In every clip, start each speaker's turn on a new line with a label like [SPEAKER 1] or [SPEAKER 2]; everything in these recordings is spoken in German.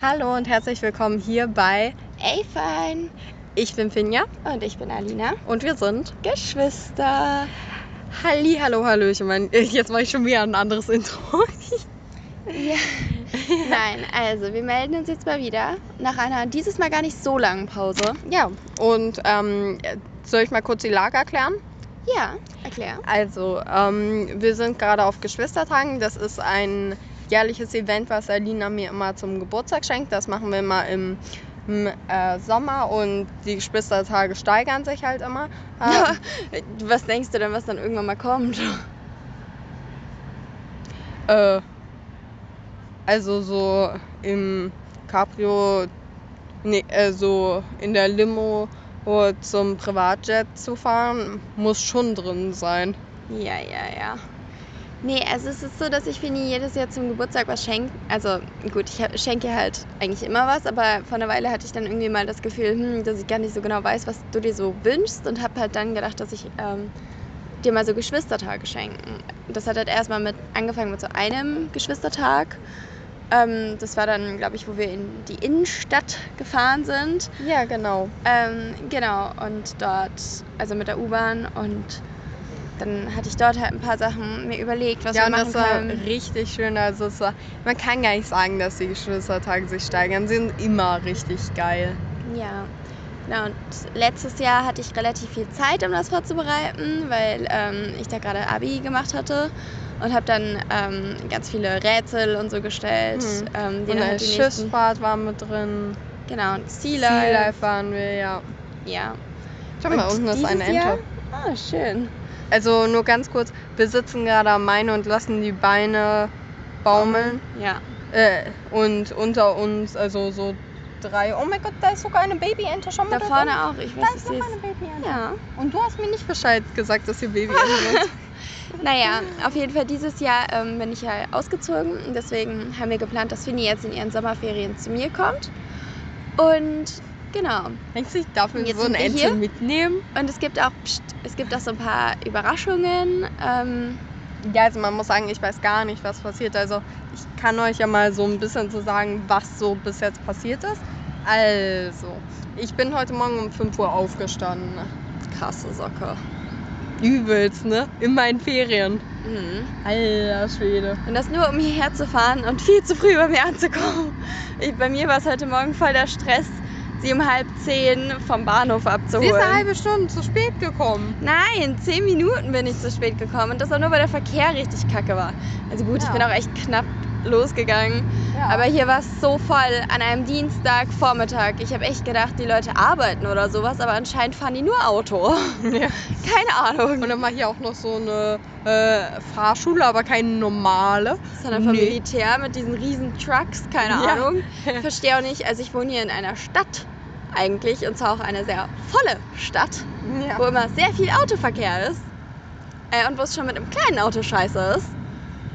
[SPEAKER 1] Hallo und herzlich willkommen hier bei
[SPEAKER 2] Ey, fein.
[SPEAKER 1] Ich bin Finja
[SPEAKER 2] Und ich bin Alina.
[SPEAKER 1] und wir sind
[SPEAKER 2] Geschwister.
[SPEAKER 1] Halli, hallo, hallöchen. Mein, jetzt mache ich schon wieder ein anderes Intro.
[SPEAKER 2] Ja. Nein, also wir melden uns jetzt mal wieder nach einer dieses Mal gar nicht so langen Pause.
[SPEAKER 1] ja, und ähm, soll ich mal kurz die Lage erklären?
[SPEAKER 2] Ja, erklär.
[SPEAKER 1] Also, ähm, wir sind gerade auf Geschwistertagen. Das ist ein jährliches Event, was Alina mir immer zum Geburtstag schenkt. Das machen wir immer im, im äh, Sommer und die Geschwistertage steigern sich halt immer. Ähm,
[SPEAKER 2] Was denkst du denn, was dann irgendwann mal kommt?
[SPEAKER 1] äh, also so im Cabrio, nee, äh, so in der Limo zum Privatjet zu fahren, muss schon drin sein.
[SPEAKER 2] Ja, ja, ja. Nee, also es ist so, dass ich Fini jedes Jahr zum Geburtstag was schenke. Also gut, ich hab- schenke ihr halt eigentlich immer was, aber vor einer Weile hatte ich dann irgendwie mal das Gefühl, hm, dass ich gar nicht so genau weiß, was du dir so wünschst und habe halt dann gedacht, dass ich ähm, dir mal so Geschwistertage schenken. Das hat halt erstmal mit angefangen mit so einem Geschwistertag. Ähm, das war dann, glaube ich, wo wir in die Innenstadt gefahren sind.
[SPEAKER 1] Ja, genau.
[SPEAKER 2] Ähm, genau, und dort, also mit der U-Bahn und dann hatte ich dort halt ein paar Sachen mir überlegt, was
[SPEAKER 1] ja,
[SPEAKER 2] wir
[SPEAKER 1] und
[SPEAKER 2] machen
[SPEAKER 1] das war
[SPEAKER 2] können.
[SPEAKER 1] richtig schön. Also es war, man kann gar nicht sagen, dass die Geschwistertage sich steigern. Sie sind immer richtig geil.
[SPEAKER 2] Ja. Genau, und letztes Jahr hatte ich relativ viel Zeit, um das vorzubereiten, weil ähm, ich da gerade Abi gemacht hatte und habe dann ähm, ganz viele Rätsel und so gestellt.
[SPEAKER 1] Mhm.
[SPEAKER 2] Ähm, die
[SPEAKER 1] Und
[SPEAKER 2] dann
[SPEAKER 1] eine
[SPEAKER 2] halt die nächsten,
[SPEAKER 1] Schiffsfahrt war mit drin.
[SPEAKER 2] genau, und Sea Life.
[SPEAKER 1] Sea Life waren wir, ja.
[SPEAKER 2] Ja.
[SPEAKER 1] Schau mal, unten ist
[SPEAKER 2] dieses
[SPEAKER 1] eine Ente.
[SPEAKER 2] Jahr? Ah, schön.
[SPEAKER 1] Also nur ganz kurz, wir sitzen gerade am Main und lassen die Beine baumeln.
[SPEAKER 2] Ja.
[SPEAKER 1] Äh, und unter uns, also so drei. Oh mein Gott, da ist sogar eine Babyente schon
[SPEAKER 2] Da
[SPEAKER 1] mit
[SPEAKER 2] vorne
[SPEAKER 1] drin.
[SPEAKER 2] auch, ich
[SPEAKER 1] Hm, Da
[SPEAKER 2] weiß
[SPEAKER 1] ist
[SPEAKER 2] es
[SPEAKER 1] noch eine
[SPEAKER 2] jetzt.
[SPEAKER 1] Babyente.
[SPEAKER 2] Ja.
[SPEAKER 1] Und du hast mir nicht Bescheid gesagt, dass hier Babyente ist.
[SPEAKER 2] Naja, auf jeden Fall dieses Jahr ähm, bin ich ja ausgezogen. und Deswegen haben wir geplant, dass Fini jetzt in ihren Sommerferien zu mir kommt. Und genau.
[SPEAKER 1] Denkst du, ich darf mir
[SPEAKER 2] Jetzt
[SPEAKER 1] so eine
[SPEAKER 2] sind wir
[SPEAKER 1] Ente
[SPEAKER 2] hier.
[SPEAKER 1] mitnehmen?
[SPEAKER 2] Und es gibt auch, pst, es gibt auch so ein paar Überraschungen. Ähm,
[SPEAKER 1] Ja, also man muss sagen, ich weiß gar nicht, was passiert. Also ich kann euch ja mal so ein bisschen so sagen, was so bis jetzt passiert ist. Also, ich bin heute Morgen um 5 Uhr aufgestanden.
[SPEAKER 2] krasse Socke.
[SPEAKER 1] Übelst, ne? In meinen Ferien.
[SPEAKER 2] Mhm.
[SPEAKER 1] Alter Schwede.
[SPEAKER 2] Und das nur, um hierher zu fahren und viel zu früh bei mir anzukommen. Ich, bei mir war es heute Morgen voll der Stress, sie um halb zehn vom Bahnhof
[SPEAKER 1] Sie ist eine
[SPEAKER 2] abzuholen.
[SPEAKER 1] halbe Stunde zu spät gekommen.
[SPEAKER 2] Nein, zehn Minuten bin ich zu spät gekommen. Und das auch nur, weil der Verkehr richtig kacke war. Also gut,
[SPEAKER 1] Ja.
[SPEAKER 2] ich bin auch echt knapp losgegangen. Aber hier war es so voll an einem Dienstagvormittag. Ich habe echt gedacht, die Leute arbeiten oder sowas, aber anscheinend fahren die nur Auto.
[SPEAKER 1] Ja.
[SPEAKER 2] Keine Ahnung.
[SPEAKER 1] Und dann war hier auch noch so eine äh, Fahrschule, aber keine normale.
[SPEAKER 2] Sondern vom
[SPEAKER 1] Nee.
[SPEAKER 2] Militär mit diesen riesen Trucks, keine
[SPEAKER 1] Ja.
[SPEAKER 2] Ahnung. Ich verstehe auch nicht, also ich wohne hier in einer Stadt eigentlich und zwar auch eine sehr volle Stadt, wo
[SPEAKER 1] Ja.
[SPEAKER 2] immer sehr viel Autoverkehr ist äh, und wo es schon mit einem kleinen Auto scheiße ist.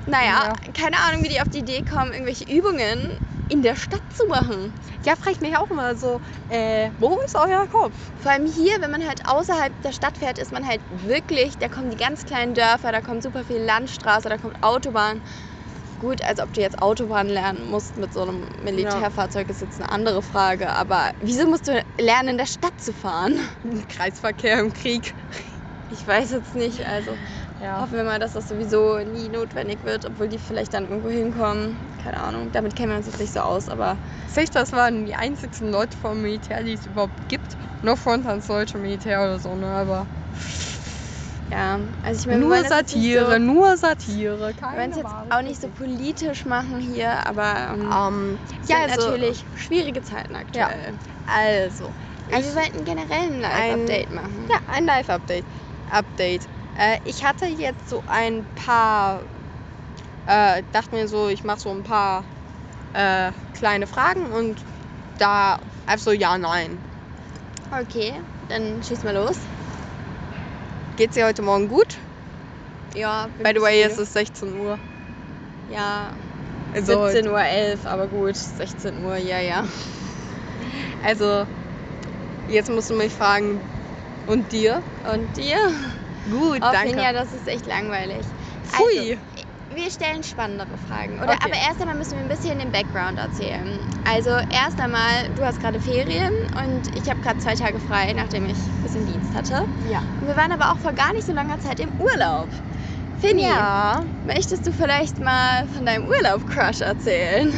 [SPEAKER 2] Naja, keine Ahnung, wie die auf die Idee kommen, irgendwelche Übungen in der Stadt zu machen.
[SPEAKER 1] ja, frage ich mich auch mal so, äh, wo ist euer Kopf?
[SPEAKER 2] Vor allem hier, wenn man halt außerhalb der Stadt fährt, ist man halt wirklich, da kommen die ganz kleinen Dörfer, da kommt super viel Landstraße, da kommt Autobahn. Gut, als ob du jetzt Autobahn lernen musst mit so einem Militärfahrzeug, ist jetzt eine andere Frage. Aber wieso musst du lernen, in der Stadt zu fahren?
[SPEAKER 1] Kreisverkehr im Krieg.
[SPEAKER 2] Ich weiß jetzt nicht. Also
[SPEAKER 1] Ja.
[SPEAKER 2] hoffen wir mal, dass das sowieso nie notwendig wird, obwohl die vielleicht dann irgendwo hinkommen. Keine Ahnung, damit kennen wir uns jetzt nicht so aus, aber
[SPEAKER 1] Sicht, das waren die einzigsten Leute vom Militär, die es überhaupt gibt. Noch Front ans deutsche Militär oder so, ne? Aber
[SPEAKER 2] ja. Also ich meine, wir
[SPEAKER 1] nur
[SPEAKER 2] wollen das jetzt nicht so-
[SPEAKER 1] Satire, nur Satire.
[SPEAKER 2] Wir
[SPEAKER 1] Keine
[SPEAKER 2] wollen es jetzt auch nicht so politisch machen hier, aber. Ähm,
[SPEAKER 1] Ähm,
[SPEAKER 2] Ja,
[SPEAKER 1] ja,
[SPEAKER 2] sind
[SPEAKER 1] also,
[SPEAKER 2] natürlich schwierige Zeiten aktuell.
[SPEAKER 1] Also,
[SPEAKER 2] Aber wir wollten generell ein Live-Update machen.
[SPEAKER 1] Ja, ein Live-Update. Update. Äh, ich hatte jetzt so ein paar, äh, dachte mir so, ich mache so ein paar äh, kleine Fragen und da einfach so ja, nein.
[SPEAKER 2] Okay, dann schieß mal los.
[SPEAKER 1] Geht's dir heute Morgen gut?
[SPEAKER 2] Ja,
[SPEAKER 1] By the way, es ist 16 Uhr.
[SPEAKER 2] ja,
[SPEAKER 1] Also,
[SPEAKER 2] 17.11 Uhr, aber gut, 16 Uhr, ja, ja.
[SPEAKER 1] also jetzt musst du mich fragen. Und dir?
[SPEAKER 2] Und dir?
[SPEAKER 1] Gut,
[SPEAKER 2] Oh,
[SPEAKER 1] danke.
[SPEAKER 2] Finja, das ist echt langweilig.
[SPEAKER 1] Pfui.
[SPEAKER 2] Also, wir stellen spannendere Fragen. Oder,
[SPEAKER 1] Okay.
[SPEAKER 2] Aber erst einmal müssen wir ein bisschen den Background erzählen. Also erst einmal, du hast gerade Ferien und ich habe gerade zwei Tage frei, nachdem ich ein bisschen Dienst hatte.
[SPEAKER 1] Ja.
[SPEAKER 2] Und wir waren aber auch vor gar nicht so langer Zeit im Urlaub. Finny,
[SPEAKER 1] Ja.
[SPEAKER 2] möchtest du vielleicht mal von deinem Urlaub-Crush erzählen?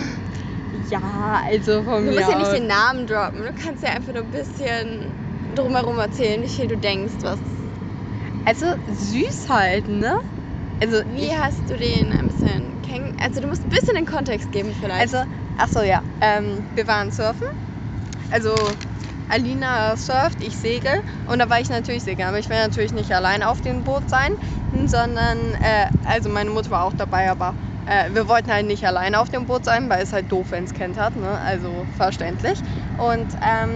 [SPEAKER 1] Ja, also von
[SPEAKER 2] Du
[SPEAKER 1] mir.
[SPEAKER 2] musst ja nicht
[SPEAKER 1] aus.
[SPEAKER 2] den Namen droppen. Du kannst ja einfach nur ein bisschen drumherum erzählen, wie viel du denkst. Was,
[SPEAKER 1] Also süß halt, ne? Also
[SPEAKER 2] wie
[SPEAKER 1] ich-
[SPEAKER 2] hast du den ein bisschen kennengelernt? Also du musst ein bisschen den Kontext geben vielleicht.
[SPEAKER 1] Also, achso, ja. Ähm, wir waren surfen. Also, Alina surft, ich segel. Und da war ich natürlich segeln. Aber ich will natürlich nicht allein auf dem Boot sein, sondern, äh, also meine Mutter war auch dabei, aber äh, wir wollten halt nicht allein auf dem Boot sein, weil es halt doof, wenn es Kind hat. Ne? Also, verständlich. Und ähm,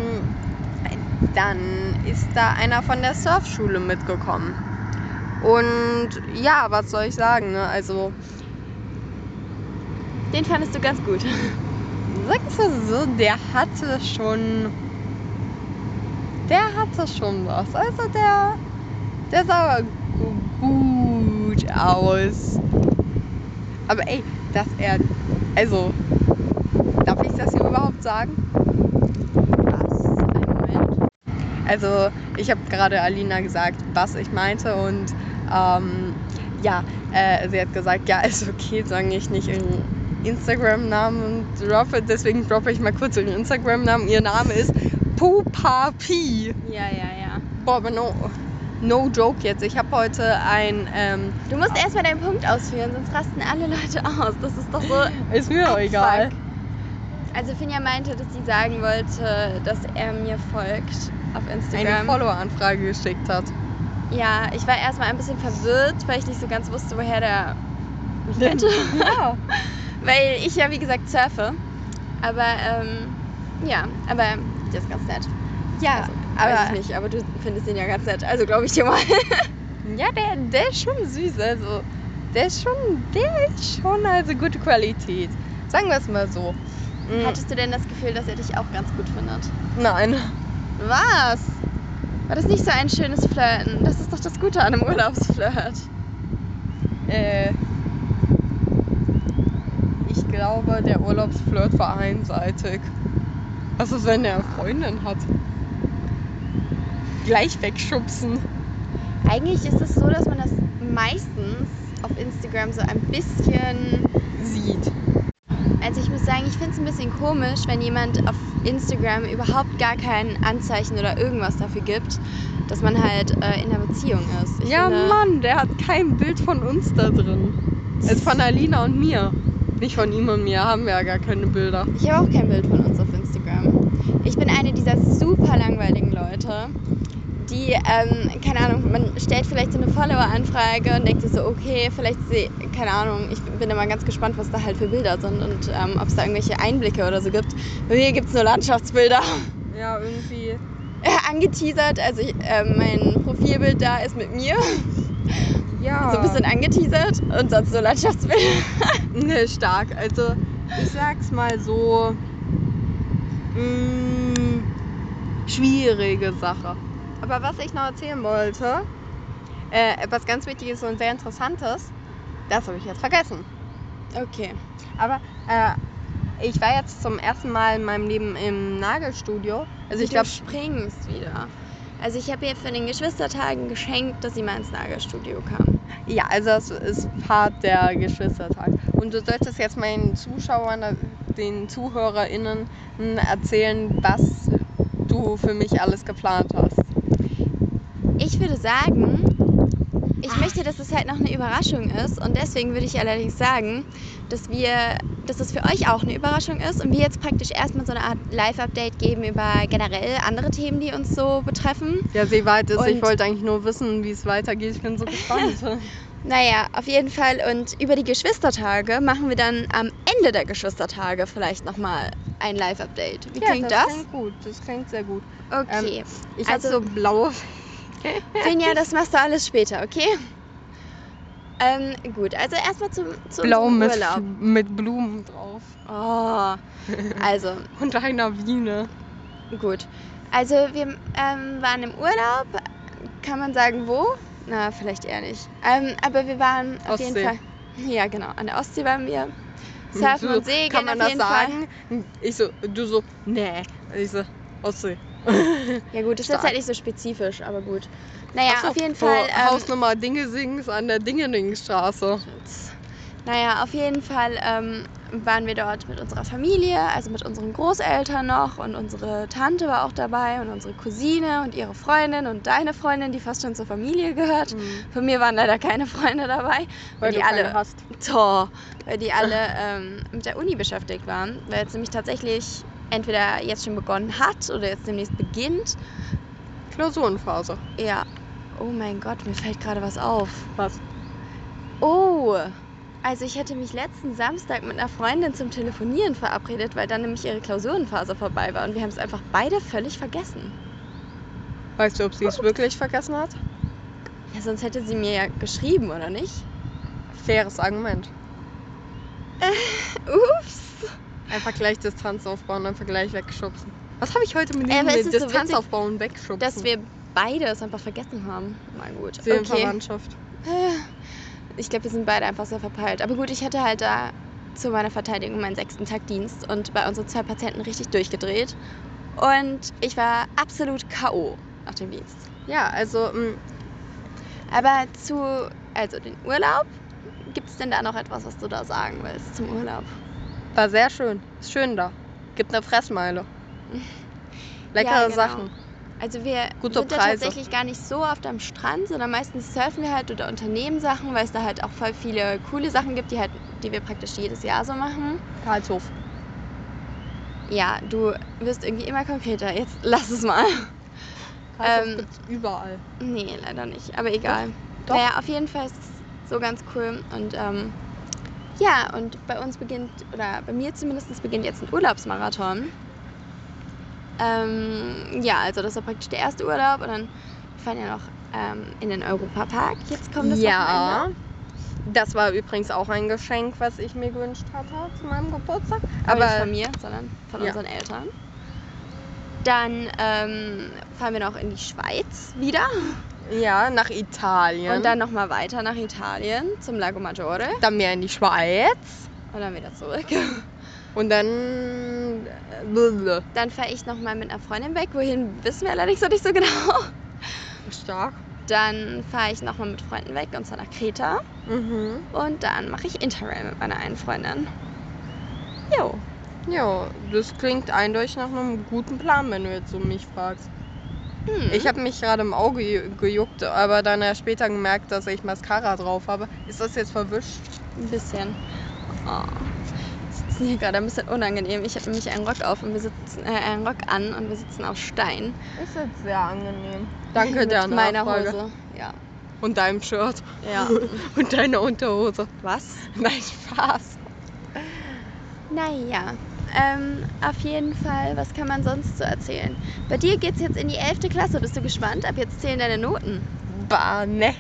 [SPEAKER 1] dann ist da einer von der Surfschule mitgekommen. Und ja, was soll ich sagen? Ne? Also,
[SPEAKER 2] den fandest du ganz gut.
[SPEAKER 1] sag ich mal so, der hatte schon. Der hatte schon was. Also der. Der sah gu- gut aus. Aber ey, dass er. Also. Darf ich das hier überhaupt sagen?
[SPEAKER 2] Was? Ein Moment.
[SPEAKER 1] Also, ich habe gerade Alina gesagt, was ich meinte und. Ähm, ja, äh, sie hat gesagt, ja, ist okay, solange ich nicht ihren Instagram-Namen droppe. Deswegen droppe ich mal kurz ihren Instagram-Namen. Ihr Name ist Pupapi.
[SPEAKER 2] Ja, ja, ja.
[SPEAKER 1] Boah, aber no, no joke jetzt. Ich habe heute ein. Ähm,
[SPEAKER 2] Du musst erstmal deinen Punkt ausführen, sonst rasten alle Leute aus. Das ist doch so.
[SPEAKER 1] ist mir doch
[SPEAKER 2] Abfuck.
[SPEAKER 1] egal.
[SPEAKER 2] Also Finja meinte, dass sie sagen wollte, dass er mir folgt auf Instagram.
[SPEAKER 1] Eine Follower-Anfrage geschickt hat.
[SPEAKER 2] Ja, ich war erstmal ein bisschen verwirrt, weil ich nicht so ganz wusste, woher der mich hätte.
[SPEAKER 1] Ja.
[SPEAKER 2] weil ich ja, wie gesagt, surfe. Aber, ähm, ja, aber der ist ganz nett.
[SPEAKER 1] Ja,
[SPEAKER 2] Also, weiß
[SPEAKER 1] aber.
[SPEAKER 2] ich nicht, aber du findest ihn ja ganz nett. Also glaube ich dir mal.
[SPEAKER 1] Ja, der, der ist schon süß. Also, der ist schon. Der ist schon also gute Qualität. Sagen wir es mal so. Mm,
[SPEAKER 2] Hattest du denn das Gefühl, dass er dich auch ganz gut findet?
[SPEAKER 1] Nein.
[SPEAKER 2] Was? War das nicht so ein schönes Flirten? Das ist doch das Gute an einem Urlaubsflirt.
[SPEAKER 1] Äh, ich glaube, der Urlaubsflirt war einseitig. Was ist, wenn er eine Freundin hat? Gleich wegschubsen.
[SPEAKER 2] Eigentlich ist es so, dass man das meistens auf Instagram so ein bisschen
[SPEAKER 1] Sieht.
[SPEAKER 2] Also ich muss sagen, ich finde es ein bisschen komisch, wenn jemand auf Instagram überhaupt gar kein Anzeichen oder irgendwas dafür gibt, dass man halt äh, in einer Beziehung ist. Ich
[SPEAKER 1] ja,
[SPEAKER 2] finde,
[SPEAKER 1] Mann, der hat kein Bild von uns da drin. Also von Alina und mir. Nicht von ihm und mir, haben wir ja gar keine Bilder.
[SPEAKER 2] Ich habe auch kein Bild von uns auf Instagram. Ich bin eine dieser super langweiligen Leute, die, ähm, keine Ahnung, man stellt vielleicht so eine Follower-Anfrage und denkt sich so, okay, vielleicht, seh, keine Ahnung, ich bin immer ganz gespannt, was da halt für Bilder sind und ähm, ob es da irgendwelche Einblicke oder so gibt. Bei mir gibt es nur Landschaftsbilder.
[SPEAKER 1] Ja, irgendwie.
[SPEAKER 2] äh, angeteasert. Also ich, äh, mein Profilbild da ist mit mir.
[SPEAKER 1] Ja.
[SPEAKER 2] So ein bisschen angeteasert und sonst so Landschaftsbilder.
[SPEAKER 1] Ne, stark. Also, ich sag's mal so. Mh, mm, schwierige Sache. Aber was ich noch erzählen wollte, äh, etwas ganz Wichtiges und sehr Interessantes, das habe ich jetzt vergessen.
[SPEAKER 2] Okay.
[SPEAKER 1] Aber äh, ich war jetzt zum ersten Mal in meinem Leben im Nagelstudio. Also, ich
[SPEAKER 2] du
[SPEAKER 1] glaube,
[SPEAKER 2] springst wieder. Also ich habe ihr für den Geschwistertagen geschenkt, dass sie mal ins Nagelstudio kam.
[SPEAKER 1] ja, also, das ist Part der Geschwistertag. Und du solltest jetzt meinen Zuschauern, äh, den ZuhörerInnen mh, erzählen, was du für mich alles geplant hast.
[SPEAKER 2] Ich würde sagen, ich
[SPEAKER 1] Ah.
[SPEAKER 2] möchte, dass es halt noch eine Überraschung ist und deswegen würde ich allerdings sagen, dass wir, dass es für euch auch eine Überraschung ist und wir jetzt praktisch erstmal so eine Art Live-Update geben über generell andere Themen, die uns so betreffen.
[SPEAKER 1] Ja, sie weit ist. ich
[SPEAKER 2] Und-
[SPEAKER 1] wollte eigentlich nur wissen, wie es weitergeht. Ich bin so gespannt.
[SPEAKER 2] Naja, auf jeden Fall. Und über die Geschwistertage machen wir dann am Ende der Geschwistertage vielleicht nochmal ein Live-Update. Wie klingt das?
[SPEAKER 1] klingt gut. Das klingt sehr gut.
[SPEAKER 2] okay.
[SPEAKER 1] Ich
[SPEAKER 2] Also-
[SPEAKER 1] habe so blaue.
[SPEAKER 2] Finja, das machst du alles später, okay? Ähm, gut, also erstmal zum, zu
[SPEAKER 1] Blau
[SPEAKER 2] unserem
[SPEAKER 1] mit,
[SPEAKER 2] Urlaub.
[SPEAKER 1] mit Blumen drauf.
[SPEAKER 2] Oh, also
[SPEAKER 1] Und einer Biene.
[SPEAKER 2] gut. Also wir ähm, waren im Urlaub. Kann man sagen, wo? Na, vielleicht eher nicht. Ähm, aber wir waren auf jeden
[SPEAKER 1] Ostsee. Hm,
[SPEAKER 2] Fall. Ja, genau. An der Ostsee waren wir. Surfen
[SPEAKER 1] so,
[SPEAKER 2] und Segeln
[SPEAKER 1] Kann man
[SPEAKER 2] auf
[SPEAKER 1] das
[SPEAKER 2] jeden
[SPEAKER 1] sagen? Ich so, du so, nee. Ich so, Ostsee.
[SPEAKER 2] Fall. Ja gut, das ist
[SPEAKER 1] Stark.
[SPEAKER 2] jetzt halt nicht so spezifisch, aber gut. Naja,
[SPEAKER 1] Ach so,
[SPEAKER 2] auf jeden
[SPEAKER 1] wo-
[SPEAKER 2] Fall. Ähm,
[SPEAKER 1] Hausnummer Dingesings an der Dingeningsstraße.
[SPEAKER 2] naja, auf jeden Fall ähm, waren wir dort mit unserer Familie, also mit unseren Großeltern noch und unsere Tante war auch dabei und unsere Cousine und ihre Freundin und deine Freundin, die fast schon zur Familie gehört. Von mir waren leider keine Freunde dabei, weil Mhm, die alle
[SPEAKER 1] hast.
[SPEAKER 2] Tor, weil die alle ähm, mit der Uni beschäftigt waren, weil es nämlich tatsächlich entweder jetzt schon begonnen hat oder jetzt demnächst beginnt.
[SPEAKER 1] Klausurenphase.
[SPEAKER 2] Ja. Oh mein Gott, mir fällt gerade was auf.
[SPEAKER 1] Was?
[SPEAKER 2] Oh. Also ich hätte mich letzten Samstag mit einer Freundin zum Telefonieren verabredet, weil dann nämlich ihre Klausurenphase vorbei war und wir haben es einfach beide völlig vergessen.
[SPEAKER 1] Weißt du, ob sie es wirklich vergessen hat?
[SPEAKER 2] Ja, sonst hätte sie mir ja geschrieben, oder nicht?
[SPEAKER 1] Faires Argument.
[SPEAKER 2] Ups.
[SPEAKER 1] Ein Vergleich Distanz aufbauen, ein Vergleich wegschubsen. Was habe ich heute mit
[SPEAKER 2] Ey,
[SPEAKER 1] dem
[SPEAKER 2] aber es
[SPEAKER 1] mit
[SPEAKER 2] ist so
[SPEAKER 1] Distanz
[SPEAKER 2] witzig,
[SPEAKER 1] aufbauen, wegschubsen?
[SPEAKER 2] Dass wir beide es einfach vergessen haben. Na gut. Okay.
[SPEAKER 1] Seelenverwandtschaft.
[SPEAKER 2] Ich glaube, wir sind beide einfach sehr verpeilt. Aber gut, ich hatte halt da zu meiner Verteidigung meinen sechsten Tag Dienst und bei unseren zwei Patienten richtig durchgedreht. Und ich war absolut K.O. nach dem Dienst.
[SPEAKER 1] Ja, also mm,
[SPEAKER 2] Aber zu, also den Urlaub, gibt es denn da noch etwas, was du da sagen willst zum Urlaub?
[SPEAKER 1] war sehr schön. Ist schön da. Gibt eine Fressmeile. Leckere
[SPEAKER 2] Ja, genau.
[SPEAKER 1] Sachen.
[SPEAKER 2] Also wir
[SPEAKER 1] Gute
[SPEAKER 2] sind ja
[SPEAKER 1] Preise.
[SPEAKER 2] tatsächlich gar nicht so oft am Strand, sondern meistens surfen wir halt oder unternehmen Sachen, weil es da halt auch voll viele coole Sachen gibt, die, halt, die wir praktisch jedes Jahr so machen.
[SPEAKER 1] Karlshof.
[SPEAKER 2] Ja, du wirst irgendwie immer konkreter. Jetzt lass es mal.
[SPEAKER 1] Karlshof
[SPEAKER 2] Ähm,
[SPEAKER 1] gibt's überall.
[SPEAKER 2] Nee, leider nicht. Aber egal.
[SPEAKER 1] Doch.
[SPEAKER 2] Naja, auf jeden Fall ist es so ganz cool. Und ähm, ja, und bei uns beginnt, oder bei mir zumindest beginnt jetzt ein Urlaubsmarathon. Ähm, ja, also das war praktisch der erste Urlaub. Und dann wir fahren ja noch ähm, in den Europapark. Jetzt kommt das ne?
[SPEAKER 1] ja. Das war übrigens auch ein Geschenk, was ich mir gewünscht hatte zu meinem Geburtstag.
[SPEAKER 2] Wochenende. Aber nicht
[SPEAKER 1] Aber
[SPEAKER 2] von mir, sondern von
[SPEAKER 1] Ja.
[SPEAKER 2] unseren Eltern. Dann ähm, fahren wir noch in die Schweiz wieder.
[SPEAKER 1] ja, nach Italien.
[SPEAKER 2] Und dann nochmal weiter nach Italien zum Lago Maggiore.
[SPEAKER 1] dann mehr in die Schweiz.
[SPEAKER 2] Und dann wieder zurück.
[SPEAKER 1] Und dann. äh, blablabla.
[SPEAKER 2] Dann fahre ich nochmal mit einer Freundin weg. Wohin wissen wir allerdings noch nicht so genau.
[SPEAKER 1] Stark.
[SPEAKER 2] Dann fahre ich nochmal mit Freunden weg und zwar nach Kreta.
[SPEAKER 1] Mhm.
[SPEAKER 2] Und dann mache ich Interrail mit meiner einen Freundin. Jo.
[SPEAKER 1] Ja, das klingt eindeutig nach einem guten Plan, wenn du jetzt so mich fragst.
[SPEAKER 2] Hm.
[SPEAKER 1] Ich habe mich gerade im Auge ge- gejuckt, aber dann ja später gemerkt, dass ich Mascara drauf habe. Ist das jetzt verwischt?
[SPEAKER 2] ein bisschen. Oh. Das ist mir gerade ein bisschen unangenehm. Ich habe nämlich einen Rock auf und wir sitzen äh, einen Rock an und wir sitzen auf Stein.
[SPEAKER 1] Ist jetzt sehr angenehm. Danke,
[SPEAKER 2] mit
[SPEAKER 1] der
[SPEAKER 2] meiner
[SPEAKER 1] Nachfrage.
[SPEAKER 2] Hose. Ja.
[SPEAKER 1] Und deinem Shirt.
[SPEAKER 2] Ja.
[SPEAKER 1] Und deiner Unterhose.
[SPEAKER 2] Was?
[SPEAKER 1] Nein, Spaß.
[SPEAKER 2] Naja, ähm, auf jeden Fall, was kann man sonst so erzählen? Bei dir geht's jetzt in die 11. Klasse, bist du gespannt? Ab jetzt zählen deine Noten.
[SPEAKER 1] Bah, ne.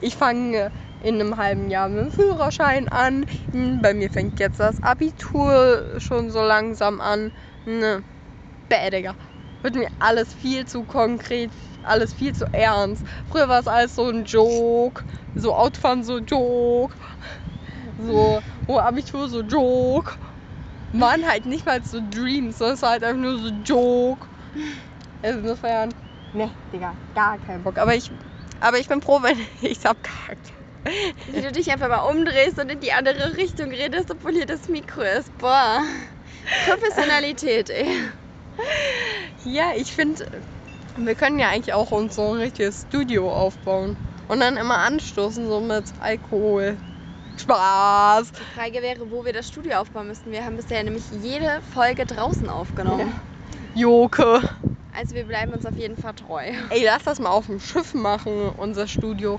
[SPEAKER 1] Ich fange in einem halben Jahr mit dem Führerschein an. Hm, Bei mir fängt jetzt das Abitur schon so langsam an. Ne. Bäh, Digga. Wird mir alles viel zu konkret, alles viel zu ernst. Früher war es alles so ein Joke. So Outfahren so Joke. So, oh, Abitur so Joke. Mann, halt nicht mal so Dreams, das war halt einfach nur so Joke. Also insofern, ne, Digga, gar keinen Bock. Aber ich, aber ich bin froh, wenn ich's abgehakt.
[SPEAKER 2] Wie du dich einfach mal umdrehst und in die andere Richtung redest, obwohl hier das Mikro ist. Boah. Professionalität, ey.
[SPEAKER 1] Ja, ich finde, wir können ja eigentlich auch uns so ein richtiges Studio aufbauen. Und dann immer anstoßen, so mit Alkohol. Spaß.
[SPEAKER 2] Die Frage wäre, wo wir das Studio aufbauen müssten. Wir haben bisher nämlich jede Folge draußen aufgenommen.
[SPEAKER 1] Joke.
[SPEAKER 2] Also wir bleiben uns auf jeden Fall treu.
[SPEAKER 1] Ey, lass das mal auf dem Schiff machen, unser Studio.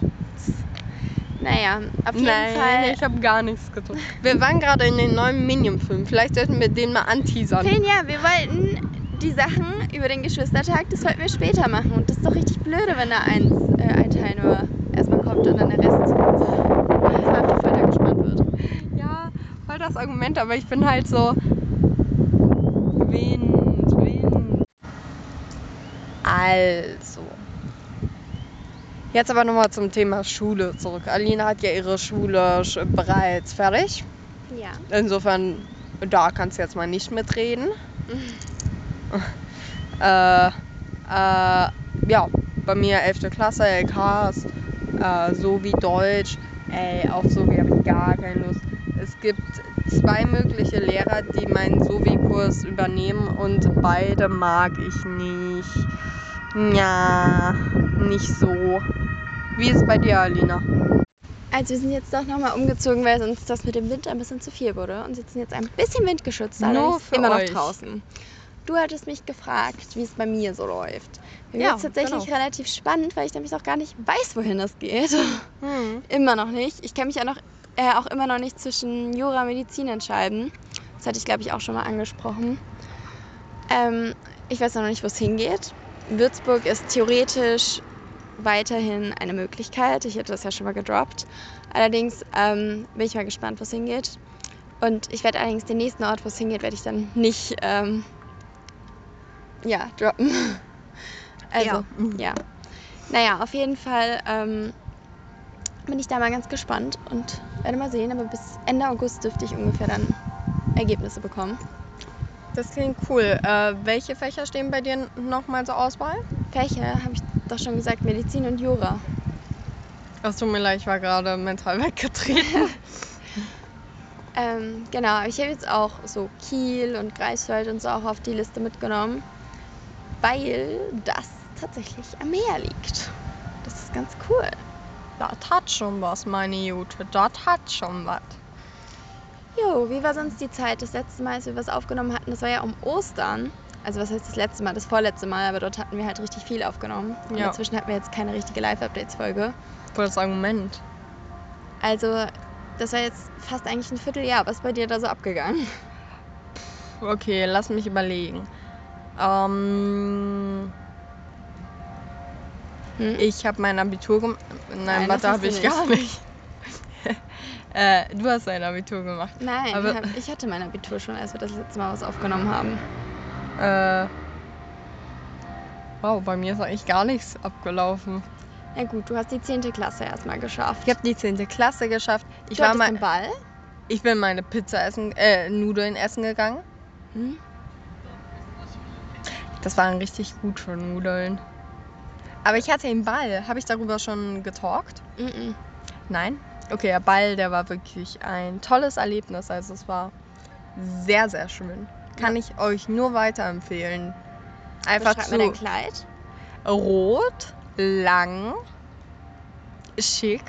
[SPEAKER 2] Naja, auf jeden
[SPEAKER 1] Nein,
[SPEAKER 2] Fall.
[SPEAKER 1] ich habe gar nichts getan. Wir waren gerade in den neuen Minion-Film. Vielleicht sollten wir den mal anteasern.
[SPEAKER 2] Finn, ja, wir wollten die Sachen über den Geschwistertag, das wollten wir später machen. Und das ist doch richtig blöde, wenn da eins, äh, ein Teil nur erstmal kommt und dann der Rest vor allem der Freitag gespannt wird.
[SPEAKER 1] Ja, voll das Argument, aber ich bin halt so. Wind, Wind. Also. Jetzt aber nochmal zum Thema Schule zurück. Alina hat ja ihre Schule sch- bereits fertig.
[SPEAKER 2] Ja.
[SPEAKER 1] Insofern, da kannst du jetzt mal nicht mitreden. Äh, äh, ja, bei mir 11. Klasse, LKs, äh, so wie Deutsch. Ey, auf so wie habe ich gar keine Lust. Es gibt zwei mögliche Lehrer, die meinen so wie Kurs übernehmen und beide mag ich nicht. Ja, nicht so. Wie ist es bei dir, Alina?
[SPEAKER 2] Also wir sind jetzt doch nochmal umgezogen, weil uns das mit dem Wind ein bisschen zu viel wurde und sitzen jetzt ein bisschen windgeschützt,
[SPEAKER 1] Nur
[SPEAKER 2] allerdings
[SPEAKER 1] für
[SPEAKER 2] immer
[SPEAKER 1] euch.
[SPEAKER 2] noch draußen. Du hattest mich gefragt, wie es bei mir so läuft. Mir
[SPEAKER 1] Ja,
[SPEAKER 2] ja, ist tatsächlich
[SPEAKER 1] genau.
[SPEAKER 2] relativ spannend, weil ich nämlich noch gar nicht weiß, wohin das geht. Immer noch nicht. Ich kann mich ja noch, äh, auch immer noch nicht zwischen Jura und Medizin entscheiden. Das hatte ich, glaube ich, auch schon mal angesprochen. Ähm, ich weiß noch nicht, wo es hingeht. Würzburg ist theoretisch weiterhin eine Möglichkeit. Ich hätte das ja schon mal gedroppt. Allerdings ähm, bin ich mal gespannt, wo es hingeht. Und ich werde allerdings den nächsten Ort, wo es hingeht, werde ich dann nicht ähm, ja, droppen. Also, ja. Naja, auf jeden Fall ähm, bin ich da mal ganz gespannt und werde mal sehen. Aber bis Ende August dürfte ich ungefähr dann Ergebnisse bekommen.
[SPEAKER 1] Das klingt cool. Äh, welche Fächer stehen bei dir nochmal zur Auswahl?
[SPEAKER 2] Fächer, habe ne? ich doch schon gesagt, Medizin und Jura.
[SPEAKER 1] Es tut mir leid, ich war gerade mental weggetreten.
[SPEAKER 2] Ähm, genau, aber ich habe jetzt auch so Kiel und Greifswald und so auch auf die Liste mitgenommen, weil das tatsächlich am Meer liegt. Das ist ganz cool.
[SPEAKER 1] das hat schon was, meine Jute. Das hat schon was.
[SPEAKER 2] Jo, wie war sonst die Zeit? Das letzte Mal, als wir was aufgenommen hatten, das war ja um Ostern. Also was heißt das letzte Mal? Das vorletzte Mal, aber dort hatten wir halt richtig viel aufgenommen. Und
[SPEAKER 1] Ja.
[SPEAKER 2] dazwischen hatten wir jetzt keine richtige Live-Updates-Folge.
[SPEAKER 1] Gutes Argument.
[SPEAKER 2] Also das war jetzt fast eigentlich ein Vierteljahr. Was ist bei dir da so abgegangen?
[SPEAKER 1] Okay, lass mich überlegen. Ähm,
[SPEAKER 2] Hm?
[SPEAKER 1] ich habe mein Abitur gemacht. Nein,
[SPEAKER 2] Nein,
[SPEAKER 1] warte,
[SPEAKER 2] das
[SPEAKER 1] habe ich
[SPEAKER 2] hast
[SPEAKER 1] gar
[SPEAKER 2] du
[SPEAKER 1] nicht. äh, du hast dein Abitur gemacht.
[SPEAKER 2] Nein,
[SPEAKER 1] Aber-
[SPEAKER 2] hab, ich hatte mein Abitur schon, als wir das letzte Mal was aufgenommen haben.
[SPEAKER 1] Äh, wow, bei mir ist eigentlich gar nichts abgelaufen.
[SPEAKER 2] Na gut, du hast die 10. Klasse erstmal geschafft.
[SPEAKER 1] Ich habe die 10. Klasse geschafft. Ich
[SPEAKER 2] du
[SPEAKER 1] war
[SPEAKER 2] hattest
[SPEAKER 1] mal,
[SPEAKER 2] den Ball.
[SPEAKER 1] ich bin meine Pizza essen, äh, Nudeln essen gegangen.
[SPEAKER 2] Hm?
[SPEAKER 1] Das waren richtig gut für Nudeln. Aber ich hatte den Ball. Habe ich darüber schon getalkt?
[SPEAKER 2] Mm -mm.
[SPEAKER 1] Nein? Okay, der Ball, der war wirklich ein tolles Erlebnis. Also es war sehr, sehr schön. Kann ich euch nur weiterempfehlen. Einfach
[SPEAKER 2] Beschreib mir dein
[SPEAKER 1] zu
[SPEAKER 2] Kleid.
[SPEAKER 1] rot, lang, schick.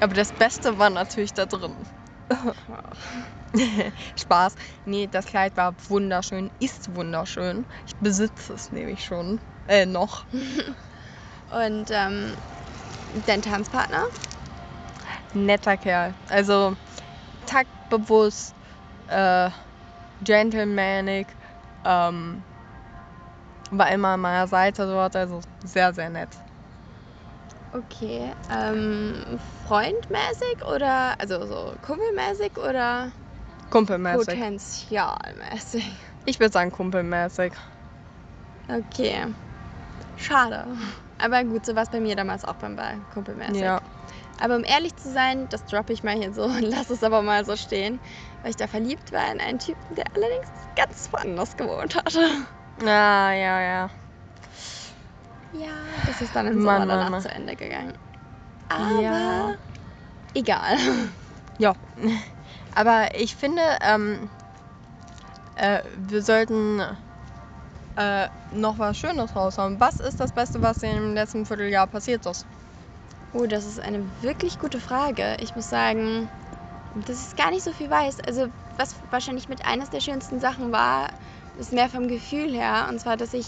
[SPEAKER 1] Aber das Beste war natürlich da drin. Spaß. Nee, das Kleid war wunderschön, ist wunderschön. Ich besitze es nämlich schon. Äh, noch.
[SPEAKER 2] Und ähm, dein Tanzpartner.
[SPEAKER 1] netter Kerl. Also taktbewusst, äh, gentlemanic, ähm, war immer an meiner Seite dort, also sehr, sehr nett.
[SPEAKER 2] Okay. Ähm, freundmäßig oder, also so kumpelmäßig oder
[SPEAKER 1] Kumpelmäßig.
[SPEAKER 2] potenzialmäßig?
[SPEAKER 1] Ich würde sagen kumpelmäßig.
[SPEAKER 2] Okay. Schade. Aber gut, so war es bei mir damals auch beim Ball, kumpelmäßig.
[SPEAKER 1] Ja.
[SPEAKER 2] Aber um ehrlich zu sein, das droppe ich mal hier so und lasse es aber mal so stehen, weil ich da verliebt war in einen Typen, der allerdings ganz woanders gewohnt hatte.
[SPEAKER 1] Ja, ja, ja.
[SPEAKER 2] Ja, das ist dann im Sommer
[SPEAKER 1] Mann, Mann,
[SPEAKER 2] danach
[SPEAKER 1] Mann.
[SPEAKER 2] zu Ende gegangen. Aber
[SPEAKER 1] Ja.
[SPEAKER 2] egal.
[SPEAKER 1] Ja. Aber ich finde, ähm, äh, wir sollten äh, noch was Schönes raushauen. Was ist das Beste, was dir im letzten Vierteljahr passiert ist?
[SPEAKER 2] Oh, das ist eine wirklich gute Frage. Ich muss sagen, dass ich gar nicht so viel weiß. Also, was wahrscheinlich mit eines der schönsten Sachen war, ist mehr vom Gefühl her. Und zwar, dass ich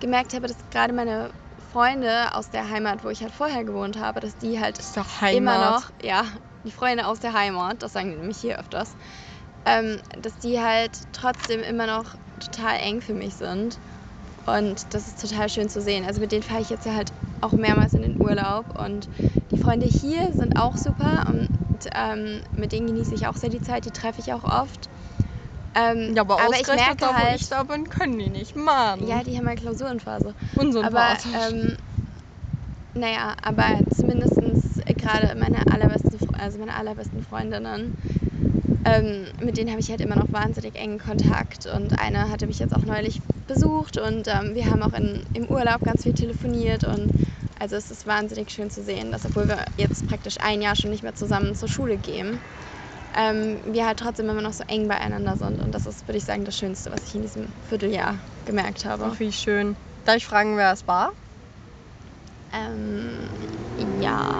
[SPEAKER 2] gemerkt habe, dass gerade meine Freunde aus der Heimat, wo ich halt vorher gewohnt habe, dass die halt
[SPEAKER 1] Ist doch
[SPEAKER 2] immer noch, ja, die Freunde aus der Heimat, das sagen die nämlich hier öfters, ähm, dass die halt trotzdem immer noch total eng für mich sind. Und das ist total schön zu sehen. Also mit denen fahre ich jetzt ja halt auch mehrmals in den Urlaub. Und die Freunde hier sind auch super. Und ähm, mit denen genieße ich auch sehr die Zeit. Die treffe ich auch oft. Ähm,
[SPEAKER 1] Ja, aber,
[SPEAKER 2] ich
[SPEAKER 1] ausgerechnet
[SPEAKER 2] merke
[SPEAKER 1] da, wo
[SPEAKER 2] halt,
[SPEAKER 1] ich da bin, können die nicht, Mann.
[SPEAKER 2] ja, die haben halt Klausurenphase.
[SPEAKER 1] Unsympathisch.
[SPEAKER 2] Aber ähm, Naja, aber zumindestens äh, gerade meine allerbesten, Fre- also meine allerbesten Freundinnen, ähm, mit denen habe ich halt immer noch wahnsinnig engen Kontakt. Und eine hatte mich jetzt auch neulich besucht und ähm, wir haben auch in, im Urlaub ganz viel telefoniert. Und also es ist wahnsinnig schön zu sehen, dass obwohl wir jetzt praktisch ein Jahr schon nicht mehr zusammen zur Schule gehen, ähm, wir halt trotzdem immer noch so eng beieinander sind. Und das ist, würde ich sagen, das Schönste, was ich in diesem Vierteljahr gemerkt habe.
[SPEAKER 1] Ach, wie schön. Darf ich fragen, wer es war?
[SPEAKER 2] Ähm, ja.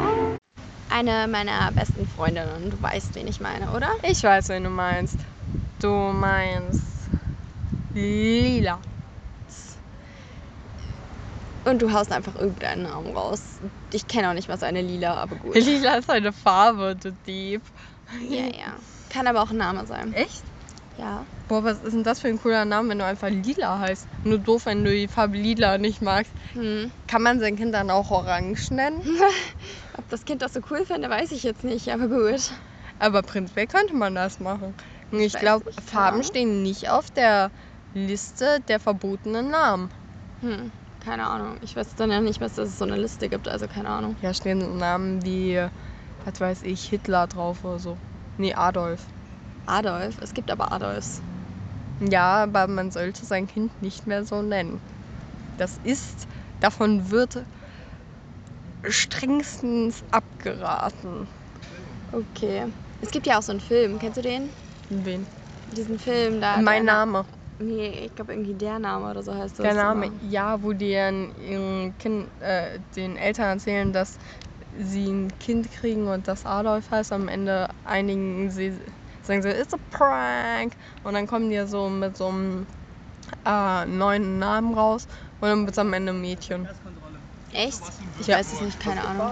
[SPEAKER 2] Eine meiner besten Freundinnen. Du weißt, wen ich meine, oder?
[SPEAKER 1] Ich weiß, wen du meinst. Du meinst Lila.
[SPEAKER 2] Und du haust einfach irgendeinen Namen raus. Ich kenne auch nicht mal seine Lila, aber gut.
[SPEAKER 1] Lila ist eine Farbe, du Dieb.
[SPEAKER 2] Ja, ja. Kann aber auch ein Name sein.
[SPEAKER 1] Echt?
[SPEAKER 2] Ja.
[SPEAKER 1] Boah, was ist denn das für ein cooler Name, wenn du einfach Lila heißt? Nur doof, wenn du die Farbe Lila nicht magst.
[SPEAKER 2] Hm.
[SPEAKER 1] Kann man sein Kind dann auch Orange nennen?
[SPEAKER 2] Ob das Kind das so cool fände, weiß ich jetzt nicht, aber gut.
[SPEAKER 1] Aber prinzipiell könnte man das machen. Ich
[SPEAKER 2] weiß
[SPEAKER 1] glaube,
[SPEAKER 2] nicht,
[SPEAKER 1] Farben
[SPEAKER 2] ja.
[SPEAKER 1] stehen nicht auf der Liste der verbotenen Namen.
[SPEAKER 2] Hm. Keine Ahnung. Ich weiß dann ja nicht, was dass es so eine Liste gibt, also keine Ahnung.
[SPEAKER 1] Ja, stehen Namen wie, was weiß ich, Hitler drauf oder so. Nee, Adolf.
[SPEAKER 2] Adolf. Es gibt aber Adolfs.
[SPEAKER 1] Ja, aber man sollte sein Kind nicht mehr so nennen. Das ist, davon wird strengstens abgeraten.
[SPEAKER 2] Okay. Es gibt ja auch so einen Film. Kennst du den?
[SPEAKER 1] Wen?
[SPEAKER 2] Diesen Film da.
[SPEAKER 1] mein
[SPEAKER 2] der-
[SPEAKER 1] Name.
[SPEAKER 2] Nee, ich glaube irgendwie der Name oder so heißt das.
[SPEAKER 1] Der Name.
[SPEAKER 2] aber-
[SPEAKER 1] Ja, wo die ihren, ihren kind, äh, den Eltern erzählen, dass sie ein Kind kriegen und das Adolf heißt. Am Ende einigen sie, sagen sie, it's a prank. Und dann kommen die ja so mit so einem äh, neuen Namen raus. Und dann wird es am Ende ein Mädchen.
[SPEAKER 2] Echt? Ich
[SPEAKER 1] Ja.
[SPEAKER 2] weiß es nicht, keine Ahnung.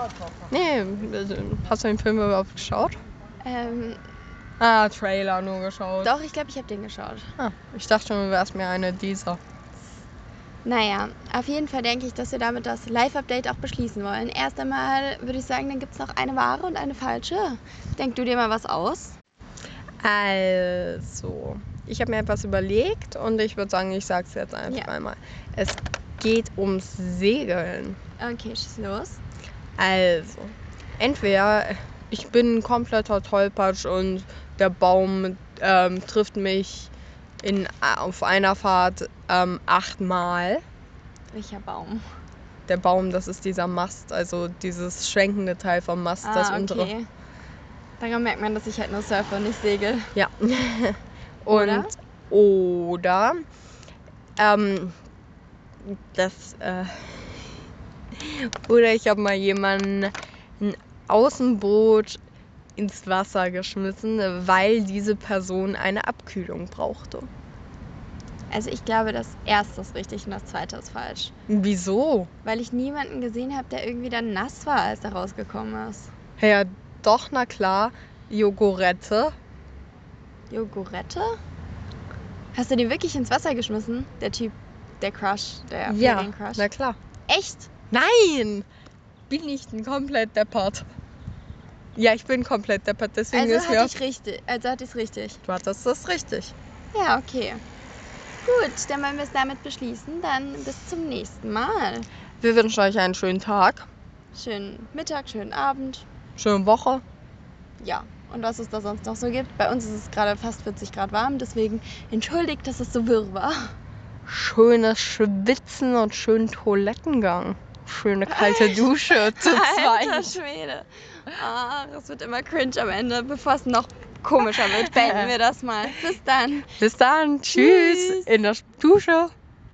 [SPEAKER 1] Nee, also, hast du den Film überhaupt geschaut?
[SPEAKER 2] Ähm,
[SPEAKER 1] Ah, Trailer nur geschaut.
[SPEAKER 2] doch, ich glaube, ich habe den geschaut.
[SPEAKER 1] Ah, ich dachte schon, du wärst mir eine dieser.
[SPEAKER 2] Naja, auf jeden Fall denke ich, dass wir damit das Live-Update auch beschließen wollen. Erst einmal würde ich sagen, dann gibt es noch eine wahre und eine falsche. Denk du dir mal was aus?
[SPEAKER 1] Also, ich habe mir etwas überlegt und ich würde sagen, ich sage es jetzt einfach
[SPEAKER 2] Ja.
[SPEAKER 1] einmal. Es geht ums Segeln.
[SPEAKER 2] Okay, schieß los.
[SPEAKER 1] Also, entweder ich bin ein kompletter Tollpatsch und der Baum ähm, trifft mich in, auf einer Fahrt ähm, achtmal.
[SPEAKER 2] Welcher Baum?
[SPEAKER 1] Der Baum, das ist dieser Mast, also dieses schwenkende Teil vom Mast, das untere.
[SPEAKER 2] Ah, okay. Daran merkt man, dass ich halt nur surfe und nicht segel.
[SPEAKER 1] Ja. Und
[SPEAKER 2] Oder?
[SPEAKER 1] oder ähm, das äh, oder ich habe mal jemanden ein Außenboot ins Wasser geschmissen, weil diese Person eine Abkühlung brauchte.
[SPEAKER 2] Also ich glaube, das erste ist richtig und das zweite ist falsch.
[SPEAKER 1] Wieso?
[SPEAKER 2] Weil ich niemanden gesehen habe, der irgendwie dann nass war, als er rausgekommen ist.
[SPEAKER 1] Ja, doch, na klar, Jogorette.
[SPEAKER 2] Jogurette? Hast du den wirklich ins Wasser geschmissen? Der Typ, der Crush, der Fleeting Crush.
[SPEAKER 1] na klar.
[SPEAKER 2] Echt?
[SPEAKER 1] Nein! Bin ich ein komplett deppert. Ja, ich bin komplett deppert, deswegen
[SPEAKER 2] Also
[SPEAKER 1] ist mir
[SPEAKER 2] hatte
[SPEAKER 1] auf
[SPEAKER 2] ich richtig. Also hatte ich richtig.
[SPEAKER 1] Du hattest das richtig.
[SPEAKER 2] Ja, okay. Gut, dann wollen wir es damit beschließen. Dann bis zum nächsten Mal.
[SPEAKER 1] Wir wünschen euch einen schönen Tag,
[SPEAKER 2] Schönen Mittag, schönen Abend.
[SPEAKER 1] schöne Woche.
[SPEAKER 2] Ja. Und was es da sonst noch so gibt. Bei uns ist es gerade fast 40 Grad warm, deswegen entschuldigt, dass es so wirr war.
[SPEAKER 1] Schönes Schwitzen und schönen Toilettengang. Schöne kalte Dusche zu
[SPEAKER 2] Alter
[SPEAKER 1] zweit.
[SPEAKER 2] Schwede. Ach, es wird immer cringe am Ende. Bevor es noch komischer wird, beenden wir das mal. Bis dann.
[SPEAKER 1] Bis dann. Tschüss.
[SPEAKER 2] Tschüss.
[SPEAKER 1] In der Dusche.